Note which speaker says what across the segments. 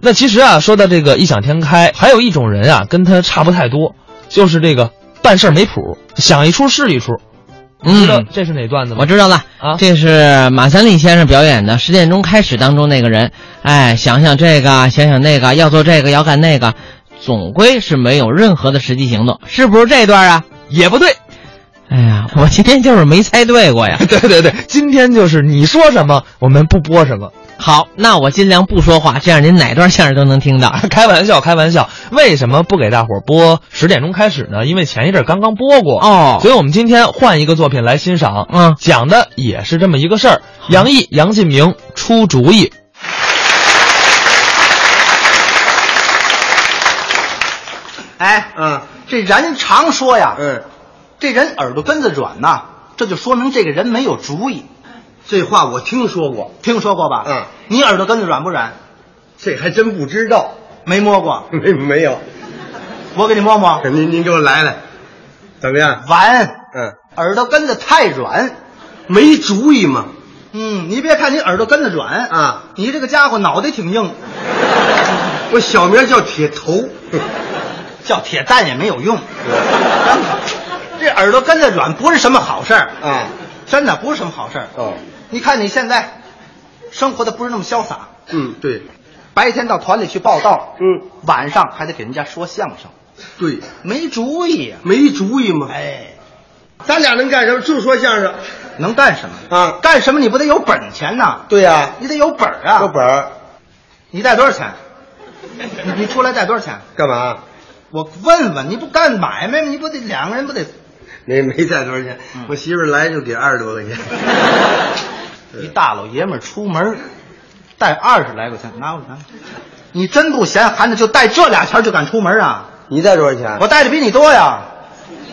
Speaker 1: 那其实啊，说到这个异想天开，还有一种人啊，跟他差不太多，就是这个办事儿没谱，想一出是一出。你知道
Speaker 2: 嗯
Speaker 1: 这是哪段子吗？
Speaker 2: 我知道了，
Speaker 1: 啊
Speaker 2: 这是马三立先生表演的《十点钟开始》当中那个人，哎，想想这个，想想那个，要做这个，要干那个，总归是没有任何的实际行动，是不是这段啊？
Speaker 1: 也不对，
Speaker 2: 哎呀，我今天就是没猜对过呀。
Speaker 1: 对对对，今天就是你说什么，我们不播什么。
Speaker 2: 好，那我尽量不说话，这样您哪段相声都能听到。
Speaker 1: 开玩笑，开玩笑。为什么不给大伙儿播十点钟开始呢？因为前一阵儿刚刚播过
Speaker 2: 哦
Speaker 1: 所以我们今天换一个作品来欣赏。
Speaker 2: 嗯
Speaker 1: 讲的也是这么一个事儿。杨毅、杨进明出主意。
Speaker 3: 哎，
Speaker 4: 嗯
Speaker 3: 这人常说呀，
Speaker 4: 嗯，
Speaker 3: 这人耳朵根子软呐、这就说明这个人没有主意。
Speaker 4: 这话我听说过，
Speaker 3: 听说过吧？
Speaker 4: 嗯
Speaker 3: 你耳朵根子软不软？
Speaker 4: 这还真不知道。
Speaker 3: 没摸过，
Speaker 4: 没没有，哎
Speaker 3: 我给你摸摸。
Speaker 4: 您您给我来来，怎么样？
Speaker 3: 完，
Speaker 4: 嗯，
Speaker 3: 耳朵根子太软。
Speaker 4: 没主意嘛。
Speaker 3: 嗯，你别看你耳朵根子软
Speaker 4: 啊，
Speaker 3: 你这个家伙脑袋挺硬，
Speaker 4: 我小名叫铁头，
Speaker 3: 叫铁蛋也没有用。这耳朵根子软不是什么好事儿
Speaker 4: 啊，
Speaker 3: 真的不是什么好事儿。
Speaker 4: 哦，
Speaker 3: 你看你现在生活的不是那么潇洒，
Speaker 4: 嗯，对，
Speaker 3: 白天到团里去报道，
Speaker 4: 嗯，
Speaker 3: 晚上还得给人家说相声，
Speaker 4: 对，
Speaker 3: 没主意呀、
Speaker 4: 没主意嘛。
Speaker 3: 哎，
Speaker 4: 咱俩能干什么？就说相声。
Speaker 3: 能干什么
Speaker 4: 啊
Speaker 3: 干什么你不得有本钱呐？
Speaker 4: 对呀
Speaker 3: 你得有本儿啊。
Speaker 4: 有本儿
Speaker 3: 你带多少钱？你你出来带多少钱？
Speaker 4: 干嘛？
Speaker 3: 我问问，你不干买卖吗？你不得两个人不 得？
Speaker 4: 没没带多少钱，
Speaker 3: 嗯
Speaker 4: 我媳妇儿来就给二十多块钱。
Speaker 3: 一大老爷们儿出门儿带二十来块钱，拿过来拿过来。你真不嫌寒碜，就带这俩钱儿就敢出门啊？
Speaker 4: 你带多少钱？
Speaker 3: 我带的比你多呀，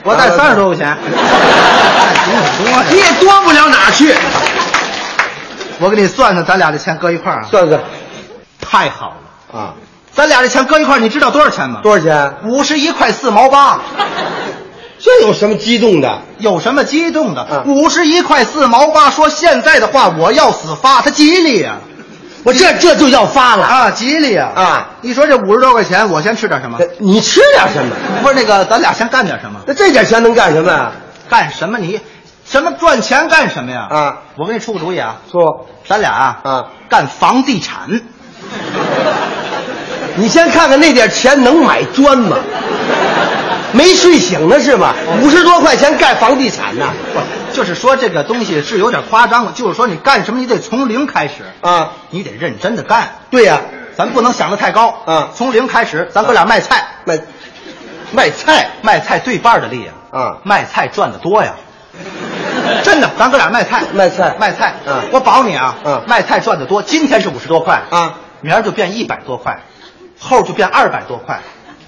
Speaker 3: 我带
Speaker 4: 拿过来
Speaker 3: 三十多块钱。比你多
Speaker 4: 你
Speaker 3: 呀。
Speaker 4: 也多不了哪儿去。
Speaker 3: 我给你算算，咱俩这钱搁一块儿啊？
Speaker 4: 算算
Speaker 3: 太好了，
Speaker 4: 啊，
Speaker 3: 咱俩这钱搁一块儿，你知道多少钱吗？
Speaker 4: 多少钱？啊
Speaker 3: 五十一块四毛八，
Speaker 4: 这有什么激动的？
Speaker 3: 有什么激动的？
Speaker 4: 嗯
Speaker 3: 五十一块四毛八，说现在的话，我要死发，它吉利呀、
Speaker 4: 我这这就要发了。
Speaker 3: 啊，吉利呀、
Speaker 4: 啊
Speaker 3: 你说这五十多块钱，我先吃点什么？
Speaker 4: 你吃点什么？
Speaker 3: 不是那个，咱俩先干点什么？
Speaker 4: 那这点钱能干什么啊呀、
Speaker 3: 干什么你？什么赚钱干什么呀？
Speaker 4: 啊，
Speaker 3: 我给你出个主意啊，
Speaker 4: 说，
Speaker 3: 咱俩啊，
Speaker 4: 啊
Speaker 3: 干房地产，
Speaker 4: 你先看看那点钱能买砖吗？没睡醒呢是吧？五十多块钱盖房地产呢？
Speaker 3: 不就是说这个东西是有点夸张了，就是说你干什么你得从零开始，
Speaker 4: 啊，
Speaker 3: 你得认真的干，
Speaker 4: 对呀、
Speaker 3: 咱不能想的太高。
Speaker 4: 嗯
Speaker 3: 从零开始，咱哥俩卖菜。
Speaker 4: 卖
Speaker 3: 卖菜，卖菜对半儿的利呀。
Speaker 4: 啊
Speaker 3: 卖菜赚的多呀。 真的，咱哥俩卖菜，
Speaker 4: 卖菜
Speaker 3: 卖菜。
Speaker 4: 嗯
Speaker 3: 我保你啊，
Speaker 4: 嗯
Speaker 3: 卖菜赚的多，今天是五十多块
Speaker 4: 啊，
Speaker 3: 明儿就变一百多块，后儿就变二百多块，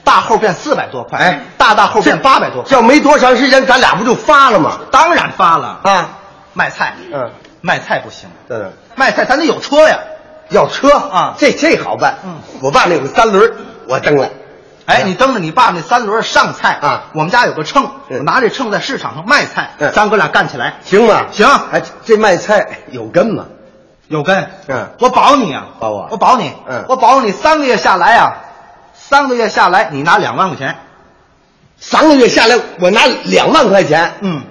Speaker 3: 大后儿变四百多块，
Speaker 4: 哎
Speaker 3: 大大后儿变八百多块。
Speaker 4: 这没多长时间，咱俩不就发了吗？
Speaker 3: 当然发了，
Speaker 4: 啊，
Speaker 3: 卖菜，
Speaker 4: 嗯，
Speaker 3: 卖菜不行，
Speaker 4: 在哪？
Speaker 3: 卖菜咱得有车呀。
Speaker 4: 要车
Speaker 3: 啊
Speaker 4: 这这好办。
Speaker 3: 嗯，
Speaker 4: 我爸那有个三轮儿，我蹬来。
Speaker 3: 哎，你蹬着你爸那三轮儿上菜
Speaker 4: 啊
Speaker 3: 我们家有个秤，
Speaker 4: 嗯
Speaker 3: 我拿这秤在市场上卖菜，
Speaker 4: 嗯
Speaker 3: 咱哥俩干起来
Speaker 4: 行吗？
Speaker 3: 行
Speaker 4: 哎，这卖菜有根吗？
Speaker 3: 有根。
Speaker 4: 嗯
Speaker 3: 我保你啊，
Speaker 4: 保我
Speaker 3: 我保你，
Speaker 4: 嗯
Speaker 3: 我保你三个月下来啊，三个月下来你拿两万块钱，
Speaker 4: 三个月下来，我拿两万块钱。
Speaker 3: 嗯，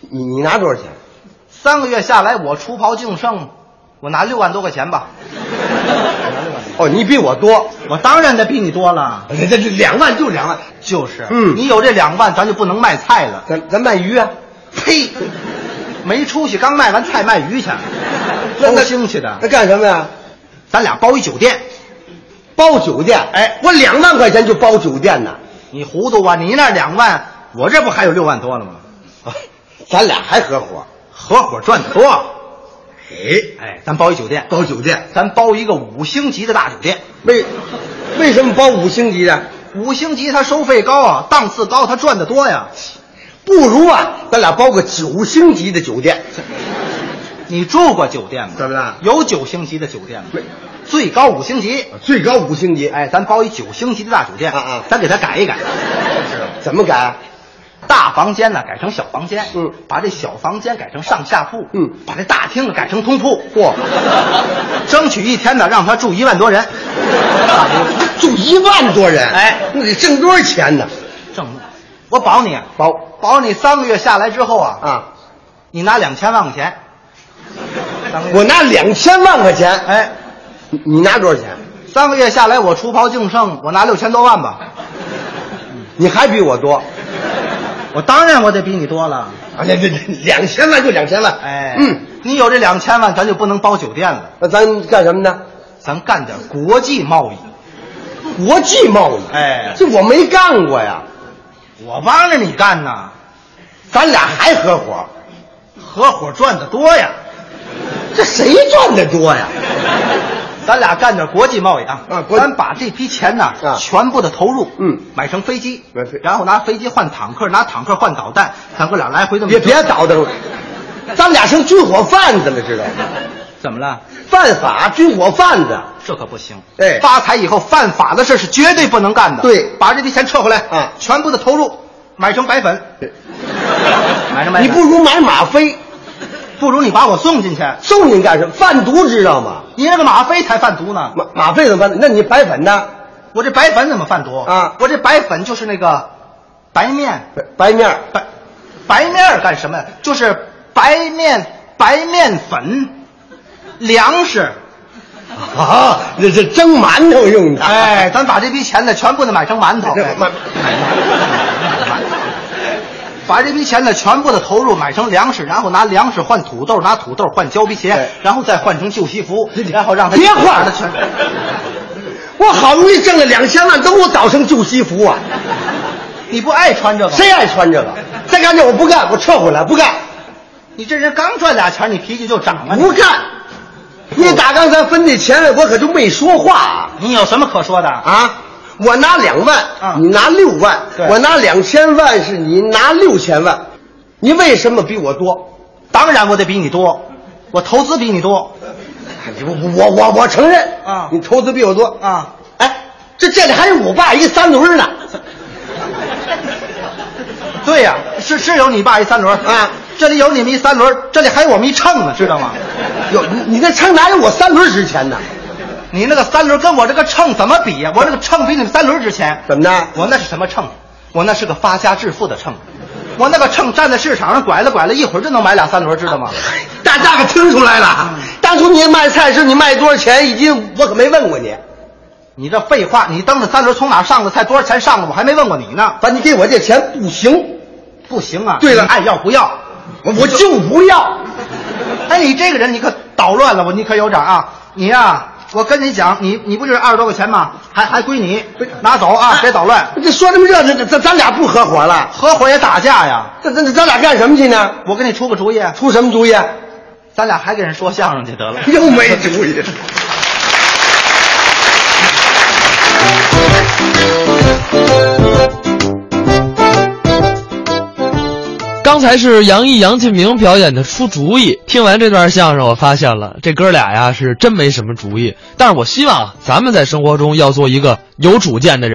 Speaker 4: 你你拿多少钱？
Speaker 3: 三个月下来我除袍净剩，我拿六万多块钱吧，
Speaker 4: 哦，你比我多。
Speaker 3: 我当然得比你多了，
Speaker 4: 这这这两万就两万，
Speaker 3: 就是，
Speaker 4: 嗯
Speaker 3: 你有这两万，咱就不能卖菜了，
Speaker 4: 咱咱卖鱼啊，
Speaker 3: 呸，没出息，刚卖完菜卖鱼去，高兴去的
Speaker 4: 那，干什么呀？
Speaker 3: 咱俩包一酒店，
Speaker 4: 包酒店。
Speaker 3: 哎
Speaker 4: 我两万块钱就包酒店呢，
Speaker 3: 你糊涂啊，你那两万，我这不还有六万多了吗？
Speaker 4: 咱俩还合伙。
Speaker 3: 合伙赚的多，
Speaker 4: 哎，
Speaker 3: 哎，咱包一酒店，
Speaker 4: 包酒店
Speaker 3: 咱包一个五星级的大酒店。
Speaker 4: 为为什么包五星级的？
Speaker 3: 五星级它收费高啊，档次高，它赚的多呀。
Speaker 4: 不如啊，咱俩包个九星级的酒店。
Speaker 3: 你住过酒店吗？
Speaker 4: 怎么了
Speaker 3: 有九星级的酒店吗
Speaker 4: 没？啊
Speaker 3: 最高五星级。
Speaker 4: 最高五星级，哎，
Speaker 3: 哎，咱包一九星级的大酒店
Speaker 4: 啊啊
Speaker 3: 咱给它改一改。
Speaker 4: 怎么改？啊
Speaker 3: 大房间呢改成小房间，
Speaker 4: 嗯，
Speaker 3: 把这小房间改成上下铺，
Speaker 4: 嗯
Speaker 3: 把这大厅改成通铺，嚯、 争取一天呢让他住一万多人，
Speaker 4: 住一万多人，
Speaker 3: 啊哎
Speaker 4: 那得挣多少钱呢？
Speaker 3: 挣，我保你，啊
Speaker 4: 保
Speaker 3: 保你三个月下来之后啊，
Speaker 4: 啊，
Speaker 3: 你拿两千万块 钱，三个月
Speaker 4: 我拿两千万块钱，
Speaker 3: 哎，
Speaker 4: 你你拿多少钱？
Speaker 3: 三个月下来我除袍净剩，我拿六千多万吧，
Speaker 4: 你还比我多，
Speaker 3: 我当然我得比你多了，
Speaker 4: 啊，这这两千万就两千万，
Speaker 3: 哎，
Speaker 4: 嗯，，
Speaker 3: 你有这两千万，咱就不能包酒店了，
Speaker 4: 那咱干什么呢？
Speaker 3: 咱干点国际贸易。
Speaker 4: 国际贸易，
Speaker 3: 哎
Speaker 4: 这我没干过呀，
Speaker 3: 我帮着你干呢，
Speaker 4: 咱俩还合伙，
Speaker 3: 合伙赚的多呀。
Speaker 4: 这谁赚的多呀？
Speaker 3: 咱俩干点国际贸易啊，
Speaker 4: 啊国际
Speaker 3: 咱把这批钱呢、
Speaker 4: 啊
Speaker 3: 全部的投入，
Speaker 4: 嗯
Speaker 3: 买成飞机
Speaker 4: 买飞，
Speaker 3: 然后拿飞机换坦克，拿坦克换导弹，咱哥俩来回这么
Speaker 4: 别
Speaker 3: 折
Speaker 4: 别倒腾了，咱俩成军火贩子了，知道吗？
Speaker 3: 怎么了？
Speaker 4: 犯法军火贩子，
Speaker 3: 这可不行！
Speaker 4: 哎
Speaker 3: 发财以后犯法的事是绝对不能干的。
Speaker 4: 对
Speaker 3: 把这批钱撤回来
Speaker 4: 啊
Speaker 3: 全部的投入，买成白粉， 买成白粉。
Speaker 4: 你不如买吗啡，
Speaker 3: 不如你把我送进去，
Speaker 4: 送你干什么？贩毒知道吗？
Speaker 3: 你那个吗啡才贩毒呢。
Speaker 4: 吗吗啡怎么办？那你白粉呢？
Speaker 3: 我这白粉怎么贩毒
Speaker 4: 啊
Speaker 3: 我这白粉就是那个白面
Speaker 4: 白白面儿
Speaker 3: 白白面儿干什么？就是白面白面粉，粮食。
Speaker 4: 啊，这是蒸馒头 用的。
Speaker 3: 哎，咱把这批钱呢，全部的买成馒头
Speaker 4: 这，馒
Speaker 3: 把这批钱呢，全部的投入买成粮食，然后拿粮食换土豆，拿土豆换胶皮鞋
Speaker 4: 哎，
Speaker 3: 然后再换成旧西服，然后让他
Speaker 4: 别换
Speaker 3: 他 全。
Speaker 4: 我好容易挣了两千万，都给我倒成旧西服啊！
Speaker 3: 你不爱穿这个？
Speaker 4: 谁爱穿这个？再干这我不干，我撤回来不干，
Speaker 3: 你这人刚赚俩钱，你脾气就长了。你
Speaker 4: 不干。你打刚才分的钱，我可就没说话啊。
Speaker 3: 你有什么可说的？啊
Speaker 4: 啊，我拿两万，
Speaker 3: 啊
Speaker 4: 你拿六万，
Speaker 3: 对
Speaker 4: 我拿两千万是你拿六千万，你为什么比我多？
Speaker 3: 当然我得比你多，我投资比你多
Speaker 4: 哎你我我我我承认
Speaker 3: 啊
Speaker 4: 你投资比我多。
Speaker 3: 啊。
Speaker 4: 哎，这这里还有我爸一三轮呢，
Speaker 3: 对呀、是是有你爸一三轮
Speaker 4: 啊，
Speaker 3: 这里有你们一三轮，这里还有我们一秤呢，知道吗？
Speaker 4: 有你你那秤哪有我三轮值钱呢？
Speaker 3: 你那个三轮跟我这个秤怎么比呀、我这个秤比你们三轮值钱。
Speaker 4: 怎么的？
Speaker 3: 我那是什么秤？我那是个发家致富的秤，我那个秤站在市场上拐了拐了，一会儿就能买俩三轮，知 道吗？
Speaker 4: 大家可听出来
Speaker 3: 嗯
Speaker 4: 了，当初你卖菜是你卖多少钱一斤，我可没问过你，
Speaker 3: 你这废话，你蹬着三轮从哪上的菜，多少钱上的，我还没问过你呢。
Speaker 4: 反正你给我这钱不行，
Speaker 3: 不行啊，
Speaker 4: 对了
Speaker 3: 你爱要不要？
Speaker 4: 我我就不要。
Speaker 3: 哎，你这个人你可捣乱了，我你可有点啊！你呀、我跟你讲，你你不就是二十多块钱吗？还还归你，拿走啊！别捣乱，
Speaker 4: 这说这么热闹，这咱咱俩不合伙了。
Speaker 3: 合伙也打架呀！
Speaker 4: 这这咱俩干什么去呢？
Speaker 3: 我给你出个主意，
Speaker 4: 出什么主意？啊
Speaker 3: 咱俩还给人说相声去得了。
Speaker 4: 又没主意。
Speaker 1: 刚才是杨毅、杨进明表演的《出主意》。听完这段相声，我发现了这哥俩呀是真没什么主意。但是我希望啊，咱们在生活中要做一个有主见的人。